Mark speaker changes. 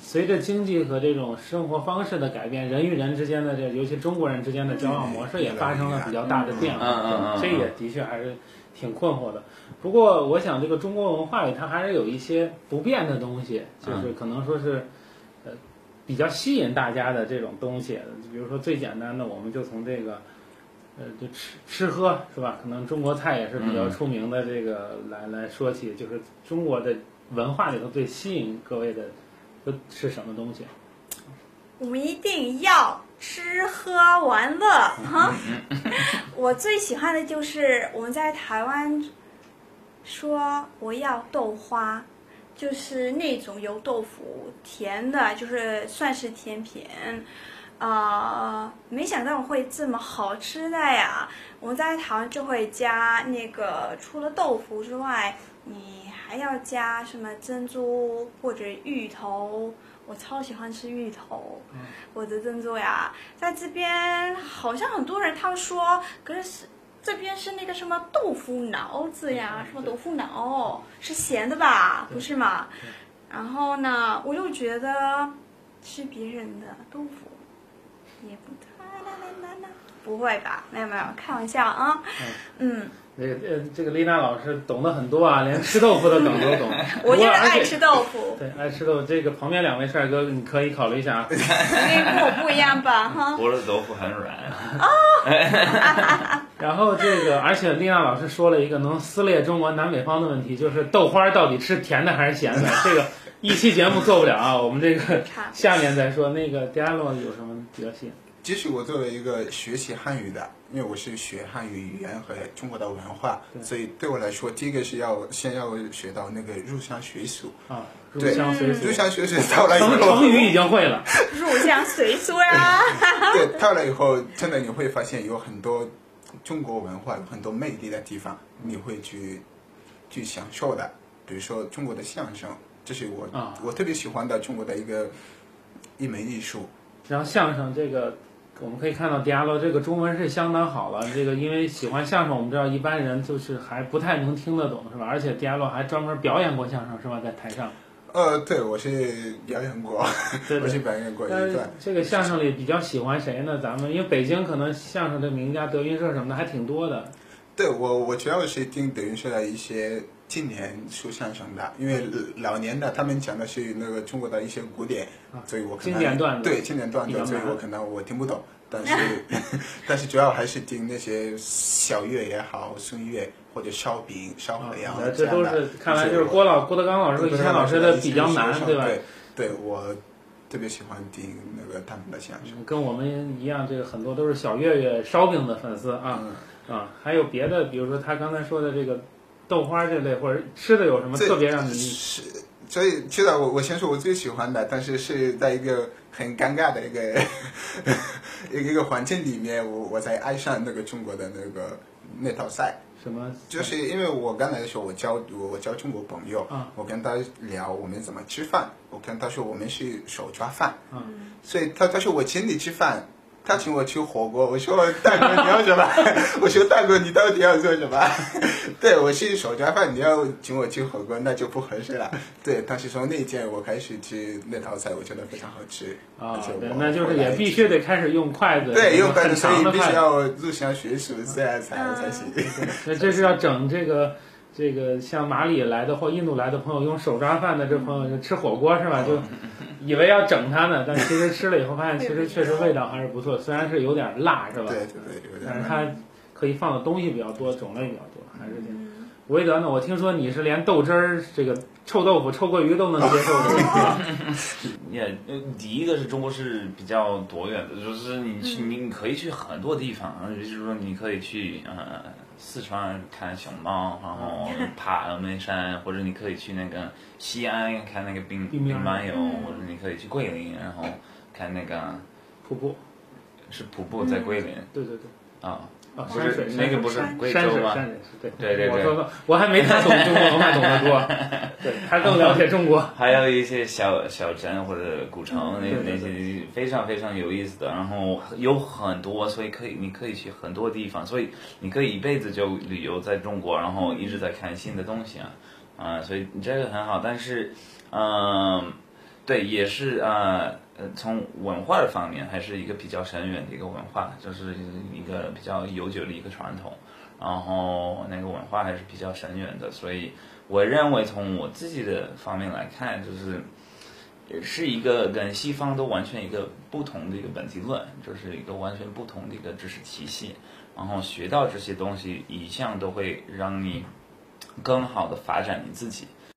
Speaker 1: 随着经济和这种生活方式的改变，人与人之间的这，尤其中国人之间的交往模式也发生了比较大的变化，
Speaker 2: 嗯嗯嗯嗯嗯
Speaker 1: 这也的确还是挺困惑的。不过，我想这个中国文化里它还是有一些不变的东西，就是可能说是，呃，比较吸引大家的这种东西。比如说最简单的，我们就从这个，呃，就吃吃喝是吧？可能中国菜也是比较
Speaker 2: 嗯
Speaker 1: 出名的，这个来来说起，就是中国的文化里头最吸引各位的都是什么东西？
Speaker 3: 我一定要吃喝玩乐哈！ 我最喜欢的就是我们在台湾说我要豆花，就是那种油豆腐，甜的，就是算是甜品。呃，没想到会这么好吃的呀！我们在台湾就会加那个，除了豆腐之外，你还要加什么珍珠或者芋头。我超喜欢吃芋头，我的珍珠呀，在这边好像很多人他们说，可是是这边是那个什么豆腐脑子呀，什么豆腐脑是咸的吧？不是嘛？然后呢，我又觉得吃别人的豆腐也不太不会吧？没有没有，开玩笑啊。嗯，
Speaker 1: 这个呃，这个丽娜老师懂得很多啊，连吃豆腐的梗都懂。
Speaker 3: 我就
Speaker 1: 不过
Speaker 3: 是
Speaker 1: 而
Speaker 3: 爱
Speaker 1: 且
Speaker 3: 吃豆腐，
Speaker 1: 对，爱吃豆腐。这个旁边两位帅哥，你可以考虑一下啊。
Speaker 3: 因为跟我不一样吧？哈，
Speaker 2: 我的豆腐很软，
Speaker 1: 然后这个，而且丽娜老师说了一个能撕裂中国南北方的问题，就是豆花到底吃甜的还是咸的？这个一期节目做不了啊，我们这个
Speaker 3: 差不多
Speaker 1: 下面再说。那个 d i a l o 有什么比较吸引？
Speaker 4: 即使我做了一个学习汉语的，因为我是学汉语语言和中国的文化，所以对我来说，第一个是要先要学到那个入乡随俗。
Speaker 1: 啊？入
Speaker 4: 对嗯
Speaker 1: 乡随俗
Speaker 4: 入，乡随俗到了以
Speaker 1: 成
Speaker 4: 后
Speaker 1: 成，语已经会了。
Speaker 3: 入乡随俗啊啦。
Speaker 4: 对，到了以后，真的你会发现有很多中国文化有很多魅力的地方，你会去去享受的。比如说中国的相声，这是我、
Speaker 1: 啊
Speaker 4: 我特别喜欢的中国的一个一门艺术。
Speaker 1: 然后相声这个，我们可以看到 d i a l o 这个中文是相当好了。这个因为喜欢相声，我们知道一般人就是还不太能听得懂，是吧？而且 d i a l o 还专门表演过相声，是吧？在台上。
Speaker 4: 呃，对，我是表演过，
Speaker 1: 对
Speaker 4: 我
Speaker 1: 对
Speaker 4: 是表演过一
Speaker 1: 但是
Speaker 4: 段。
Speaker 1: 这个相声里比较喜欢谁呢？咱们因为北京可能相声的名家、德云社什么的还挺多的。
Speaker 4: 对我，我主要是听德云社的一些今年说相声的，因为老年的他们讲的是那个中国的一些古典，
Speaker 1: 啊
Speaker 4: 所以我可能
Speaker 1: 经典段子
Speaker 4: 对经典段
Speaker 1: 比较
Speaker 4: 子，所以
Speaker 1: 难
Speaker 4: 我可能我听不懂，但是 但是主要还是听那些小岳也好，孙岳或者烧饼、烧
Speaker 1: 啊
Speaker 4: 河羊、
Speaker 1: 这都
Speaker 4: 样的
Speaker 1: 是看来
Speaker 4: 这
Speaker 1: 就是
Speaker 4: 我
Speaker 1: 郭老、郭德纲老师和
Speaker 4: 对
Speaker 1: 于
Speaker 4: 对
Speaker 1: 谦老师的比较难，
Speaker 4: 对
Speaker 1: 对吧？
Speaker 4: 对，对我特别喜欢听那个他们的相声。
Speaker 1: 嗯跟我们一样，这个很多都是小岳岳烧饼的粉丝啊啊，还有别的，比如说他刚才说的这个豆花这类，或者吃的有什么
Speaker 4: 这
Speaker 1: 特别让你
Speaker 4: 是，所以知道我我先说我最喜欢的，但是是在一个很尴尬的一个 一个一个环境里面，我我才爱上那个中国的那个那套赛，
Speaker 1: 什么？
Speaker 4: 就是因为我刚才的时候，我交我我交中国朋友，
Speaker 1: 啊
Speaker 4: 我跟他聊我们怎么吃饭，我跟他说我们是手抓饭，
Speaker 1: 啊
Speaker 4: 所以他他说我请你吃饭。他请我吃火锅，我说大哥你要什么？ 我说大哥你到底要做什么？ 对我是手抓饭，你要请我吃火锅那就不合适了。对，但是从那一天我开始吃那道菜，我觉得非常好吃
Speaker 1: 啊
Speaker 4: 而且，
Speaker 1: 对
Speaker 4: 我，
Speaker 1: 那就是
Speaker 4: 后
Speaker 1: 也
Speaker 4: 来
Speaker 1: 必须得开始用筷子，
Speaker 4: 对，用筷子，
Speaker 1: 很
Speaker 4: 所以
Speaker 1: 长的嗯
Speaker 4: 必须
Speaker 1: 筷子。
Speaker 4: 要入乡随俗，这样才才行。
Speaker 1: 那这是要整这个这个像马里来的或印度来的朋友用手抓饭的这朋友就吃火锅是吧？就以为要整他呢，但其实吃了以后发现其实确实味道还是不错，虽然是有点辣是吧？
Speaker 4: 对对对，有
Speaker 1: 但
Speaker 4: 点
Speaker 1: 是
Speaker 4: 慢。
Speaker 1: 它可以放的东西比较多，种类比较多，还是挺。吴一德呢？我听说你是连豆汁儿、这个臭豆腐、臭鳜鱼都能接受的，
Speaker 2: 也、呃第一个是中国是比较多元的，就是你去、你可以去很多地方，然后就是说你可以去呃四川看熊猫，然后爬峨眉山，或者你可以去那个西安看那个兵
Speaker 1: 兵马俑
Speaker 2: 马俑，
Speaker 3: 嗯
Speaker 2: 或者你可以去桂林，然后看那个
Speaker 1: 瀑布，
Speaker 2: 是瀑布在桂林
Speaker 1: 对对对，
Speaker 2: 啊，
Speaker 1: 啊，
Speaker 2: 不
Speaker 1: 山
Speaker 2: 是
Speaker 1: 水山
Speaker 2: 那个
Speaker 1: 水
Speaker 2: 不是
Speaker 3: 山
Speaker 2: 贵
Speaker 1: 山
Speaker 2: 州
Speaker 1: 水
Speaker 2: 吗？
Speaker 1: 山水是对，
Speaker 2: 对对对
Speaker 1: 我说说，我还没他懂中国文化懂得 多，对他更了解中国。
Speaker 2: 还有一些小小镇或者古城，那
Speaker 1: 嗯对对
Speaker 2: 那些非常非常有意思的，然后有很多，所以可以你可以去很多地方，所以你可以一辈子就旅游在中国，然后一直在看新的东西啊，啊、所以这个很好，但是，嗯、对，也是呃呃，从文化的方面还是一个比较深远的一个文化，就是一个比较悠久的一个传统，然后那个文化还是比较深远的，所以我认为从我自己的方面来看，就是也是一个跟西方都完全一个不同的一个本体论，就是一个完全不同的一个知识体系，然后学到这些东西，一向都会让你更好的发展你自己。